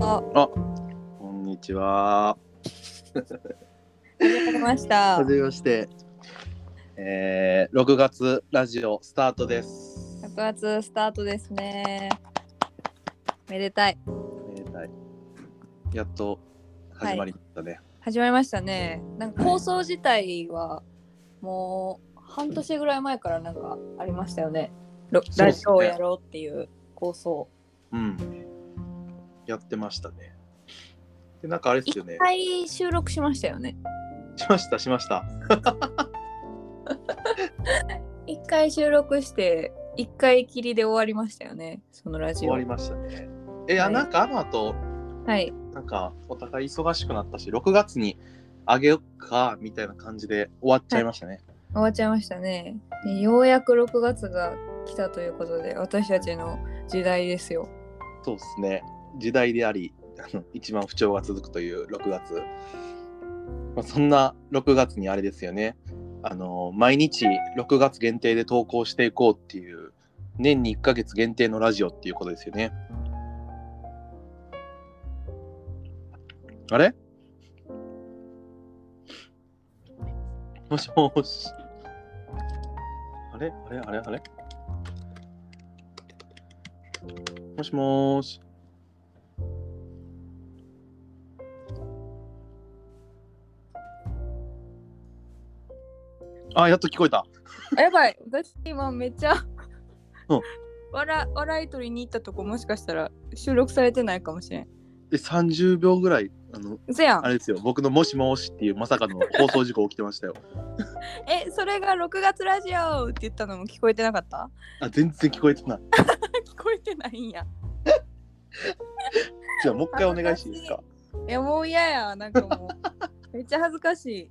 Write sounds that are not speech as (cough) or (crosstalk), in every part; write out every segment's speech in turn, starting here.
あ、こんにちは。始まりました。はよじめまして。えー、6月ラジオスタートです。月スタートですね。めでたい。めでたいやっと始まりましたね。始まりましたね。なんか構想自体はもう半年ぐらい前からなんかありましたよね。ろそうラっすねジオをやろうっていう構想。うん。やってましたね。で、なんかあれです一よね。回収録しましたよね。しました、しました。一回収録して一回きりで終わりましたよね。そのラジ終オ。わりましたね。え、いやはいなんかあの後、はい。なんかお互い忙しくなったし、6月にあげよっか、みたいな感じで終わっちゃいましたね。終わっちゃいましたね。でようやく6月が来たということで私たちの時代ですよ。そうですね。時代であり、あの一番不調が続くという6月。まあ、そんな6月にあれですよね。あの毎日6月限定で投稿していこうっていう年に1ヶ月限定のラジオっていうことですよね。あれもしもし。あれあれあれあれもしもーし。あ、やっと聞こえた。あやばい私今めっちゃうん笑笑い取りに行ったとこもしかしたら収録されてないかもしれん。で、30秒ぐらい、あの、せやあん。れですよ、僕のもしもーしっていうまさかの放送事故起きてましたよ。え、それが6月ラジオって言ったのも聞こえてなかったあ、全然聞こえてない。聞こえてないんや。じゃあ、もう一回お願いしていいですか。いやもう嫌や。なんかも (laughs) うめっちゃ恥ずかしい。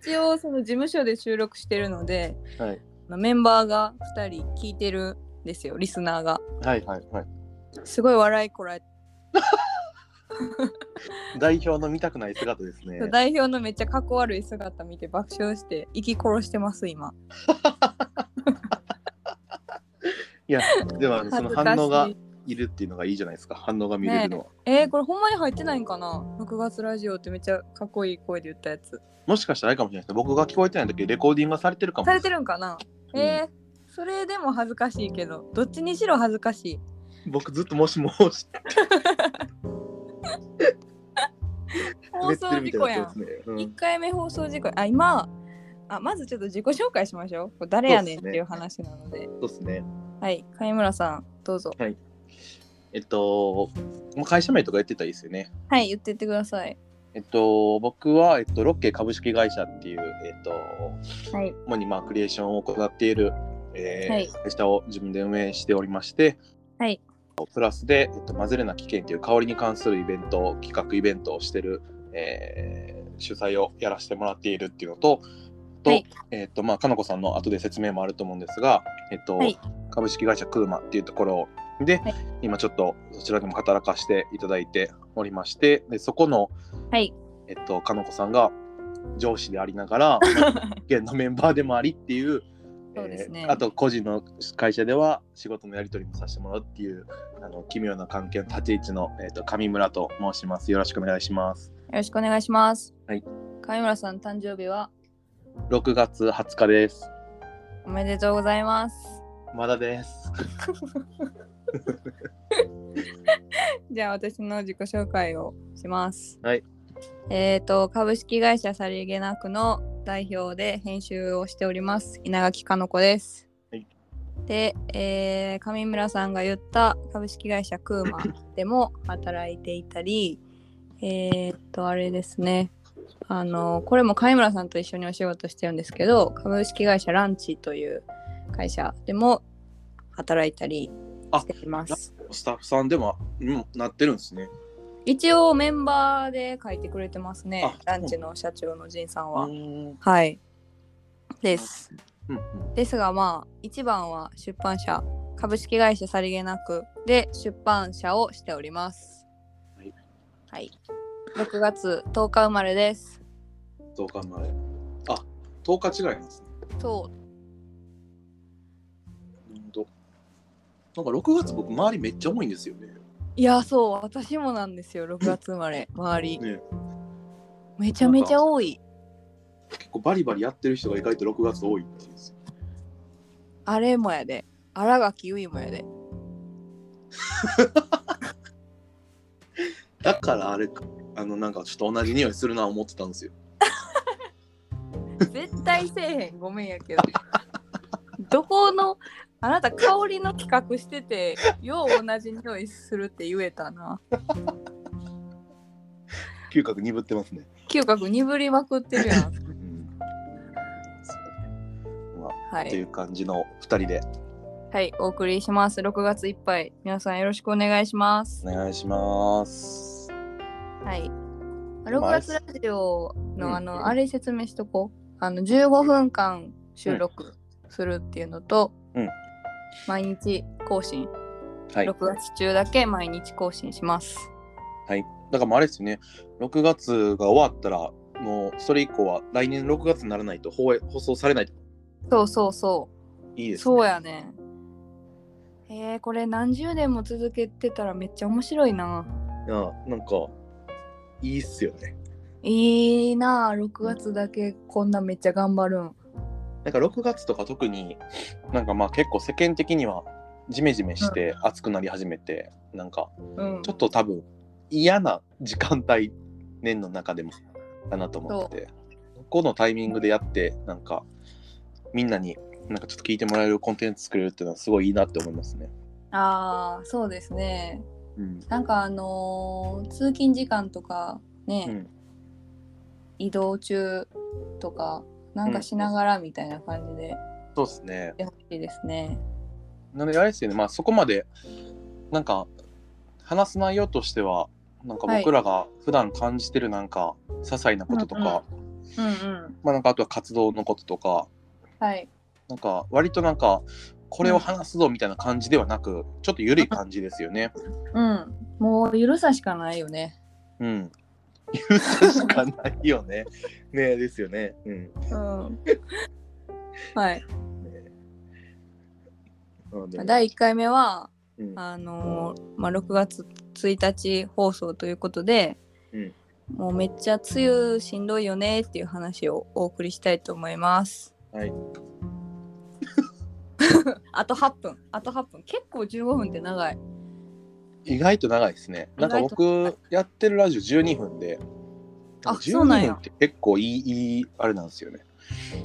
一応その事務所で収録してるので、はいあのメンバーが2人聞いてるんですよ、リスナーが。はいはいはい。すごい笑いこらえて、代表の見たくない姿ですね。代表のめっちゃかっこ悪い姿見て爆笑して、息殺してます今。いや、でもあの、その反恥ず応かがしいいるっていうのがいいじゃないですか。反応が見れるのは。えー、これほんまに入ってないんかな ?6 月ラジオってめっちゃかっこいい声で言ったやつ。もしかしたらあれかもしれないですね。僕が聞こえてない時、レコーディングがされてるかもしされなれいてるんかなえー、それでも恥ずかしいけど、どっちにしろ恥ずかしい。僕ずっともしもーしって放滑っ送てるみ事故たいなややつん。ですね。うん1回目放送事故あ、今、あまずちょっと自己紹介しましょう。これ誰やねんっていう話なので。そうですね。はい、貝村さん、どうぞ。えっと、もう会社名とか言ってたらいいですよね。はい、言ってってください。えっと、僕は、えっと、ロッケ株式会社っていう、えっと、はい。主にまあクリエーションを行っている、えーはい会社を自分で運営しておりまして、はいプラスで、えっと、マズレな危険という香りに関するイベント、企画イベントをしてる、えー主催をやらせてもらっているっていうのと、と、はいえっと、まあ、かのこさんの後で説明もあると思うんですが、えっと、はい株式会社クーマっていうところで、はい今ちょっとそちらでも働かせていただいておりまして、でそこの、はい。えっと、かのこさんが上司でありな (laughs) がら、県のメンバーでもありっていう、そうですねえーあと個人の会社では仕事のやり取りもさせてもらうっていうあの奇妙な関係の立ち位置の、えっと上村と申します。よろしくお願いします。よろしくお願いします。はい。貝村さん、誕生日は6月20日です。おめでとうございます。まだです。じゃあ私の自己紹介をします。はい。えっ、と株式会社さりげなくの代表で編集をしております稲垣かの子です。はいで、えー上村さんが言った株式会社クーマでも働いていたり、えっとあれですね。あのこれも上村さんと一緒にお仕事してるんですけど株式会社ランチという会社でも働いたりしています。スタッフさんでも、うん、なってるんですね。一応メンバーで書いてくれてますねあ。ランチの社長の仁さんは。うんはい。です。うんですがまあ一番は出版社株式会社さりげなくで出版社をしております。はい。はい。6月10日生まれです。 10日前。あ、10日違いなんですね。そう。ほんとなんか6月僕周りめっちゃ多いんですよね。いやそう私もなんですよ6月生まれ周りねめちゃめちゃ多い結構バリバリやってる人が意外と6月多いっていうんですよあれもやで新垣結衣もやでだからあれかあのなんかちょっと同じ匂いするな思ってたんですよ絶対せえへんごめんやけどどこのあなた香りの企画しててよう同じ匂いするって言えたな嗅覚鈍ってますね、嗅覚鈍りまくってるやんうんはっていいう感じの2人ではいお送りします6月いっぱい皆さんよろしくお願いしますお願いしますはいで6もあれっす月ラジオうんのあのあれ説明しとこうあの15分間収録するっていうのと、うん毎日更新はい6月中だけ毎日更新します、だからもうあれですよね、6月が終わったら、もうそれ以降は来年6月にならないと放映放送されないとそうそうそういいですね。そうやね。えー、これ何十年も続けてたらめっちゃ面白いな。うんなんか、いいっすよね。いいなあ、6月だけこんなめっちゃ頑張るん。なんか6月とか特に、なんかまあ結構世間的にはジメジメして暑くなり始めて、なんかうんちょ。っと多分嫌な時間帯、年の中でもかなと思ってて、ここのタイミングでやって、なんかみんなになんかちょっと聞いてもらえるコンテンツ作れるっていうのはすごいいいなって思いますね。ああ、そうですね。うんなんかあのー通勤時間とかね、うん移動中とか、なんかしながらみたいな感じでやそうですね。ってほしいですね。なのであれですよね、まあ、そこまでなんか話す内容としてはなんかはい僕らが普段感じてるなんか些細なこととか、うんうんうんうん。まあ、なんかあとは活動のこととかはい。なんか割となんかこれを話すぞみたいな感じではなく、ちょっと緩い感じですよ (laughs) ね。うん。もう許さしかないよね。うん許すしかないよね。ねですよね。うん。うん。 (laughs) はい。なので第1回目はうんあのーまあ、6月1日放送ということで、うんもうめっちゃ梅雨しんどいよねっていう話をお送りしたいと思います。はい (laughs) あと8分あと8分結構15分って長い。意外と長いですね。なんか意外僕やってるラジオ12分で、あそ12うなんや分って結構いいいいあれなんですよね。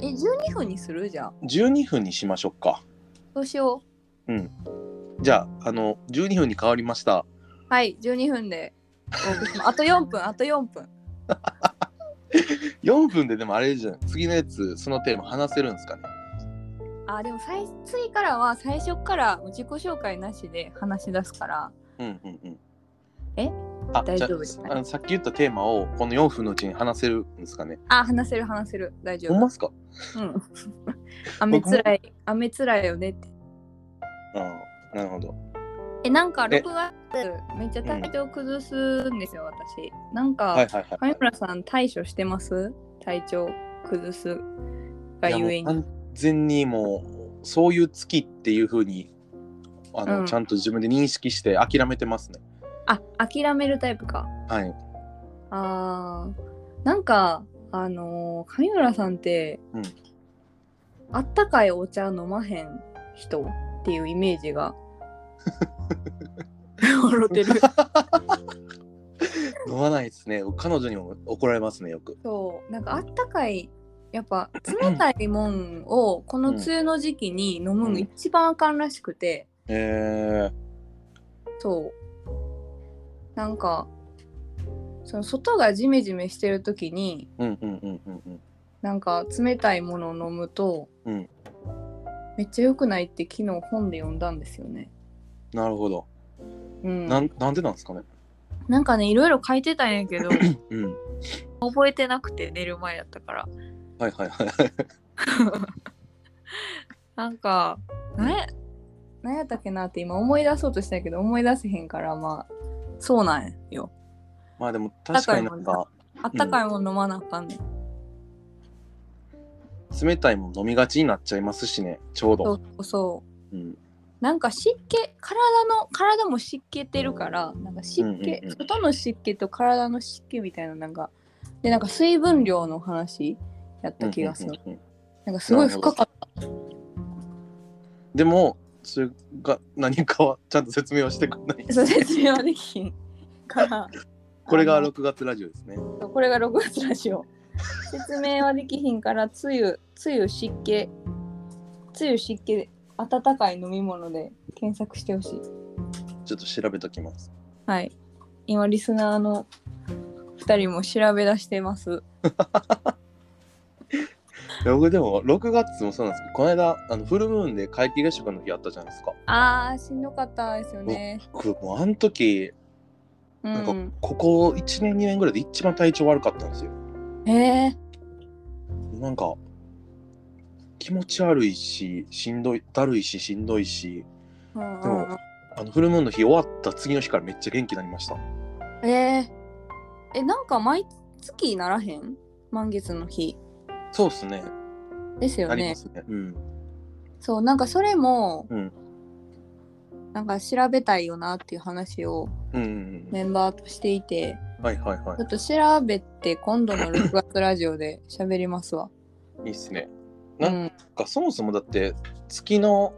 え12分にするじゃん。 12分にしましょうか。どうしよじゃあ、あの、12分に変わりました。う。はい12分でお送りし (laughs) ます。あと4分あと4分。 4分ででもあれじゃん。次のやつ、そのテーマ話せるんですかね。あでも最次からは最初から自己紹介なしで話し出すからうんうんうん。えあ大丈夫じゃああのさっき言ったテーマをこの4分のうちに話せるんですかね。あ話せる話せる大丈ほん夫ま。っすかうん。雨つらい、雨つらいよねって。ああ、なるほど。え、なんか6え月、めっちゃ体調崩すんですよ、私。なんか、はいはいはい上村さん、対処してます体調崩すがいや。もゆえうに。完全にもう、そういう月っていうふうに、あの、うんちゃんと自分で認識して諦めてますね。あ、諦めるタイプか。 (laughs) はい。あーなんか、あのー上村さんって、うんあったかいお茶飲まへん人っていうイメージ (laughs) が。笑ってる。飲まないですね。彼女にも怒られますね、よく。そうなんかあったかいやっ (clears throat) ぱ冷たいもんをこの梅雨の時期に飲むうんの一番あかんらしくて、えー、そうなんかその外がジメジメしてる時にうんうんうんうんうん。なんか冷たいものを飲むと、うんめっちゃ良くないって昨日本で読んだんですよね。なるほど。うん、ななんんなんでなんですかね。なんかねいろいろ書いてたんやけ (clears throat) どうん。覚えてなくて寝る前やったからはいはいはいはい。 (laughs) なんか、なんや、なんやったっけなって今思い出そうとしたんやけど、思い出せへんから、まあ、そうなんよ。まあでも確かになんかあったかいもの飲まなあかんねん。冷たいもん飲みがちになっちゃいますしね、ちょうそど。うそう。うん、なんか湿気体の体も湿気てるからなんか湿気、うんうんうん外の湿気と体の湿気みたいななんかでなんか水分量の話やった気がする、うんうんうんなんかすごい深かっでもそれが何かはちゃんと説明はしてくれない (laughs) たそう説明はできひんからこれがあの6月ラジオですねこれが6月ラジオ説明はできひんからつゆつゆ湿気つゆ湿気温かい飲み物で検索してほしいちょっと調べときますはい今リスナーの2人も調べ出してますいや僕でも6月もそうなんですけどこの間あのフルムーンで皆既月食の日あったじゃないですかあーしんどかったですよね僕もうあの時うなんかんここ1年2年ぐらいで一番体調悪かったんですよえなんか気持ち悪いししんどいだるいししんどいしーうんでうんうんもあのフルムーンの日終わった次の日からめっちゃ元気になりましたえーえなんか毎月ならへん満月の日そうっすねですよなりまねすねうんそうなんかそれも、うんなんか調べたいよなっていう話をうんうんうんメンバーとしていてはいはいはちょっと調べて今度の6月ラジオで喋りますわ。いいいっすねう、なんなんかそもそもだって月の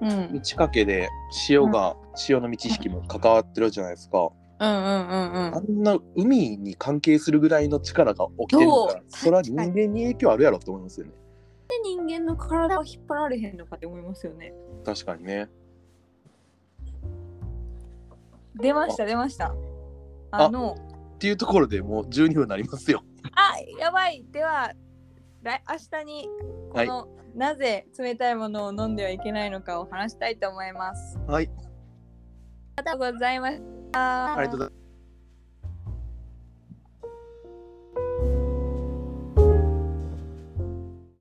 うん、うん満ち欠けで潮が潮の満ち引きも関わってるじゃないですか、うんうんうあんんな海に関係するぐらいの力が起きてるからそうそれは人間に影響あるやろって思いますよねで人間の体を引っ張られへんのかって思いますよね。確かにね出ました出ました。ああのっていうところでもう12分になりますよあやばいでは来明日にこの、なぜ冷たいものを飲んではいけないのかを話したいと思います。はいありがとうございました。ありがとうございます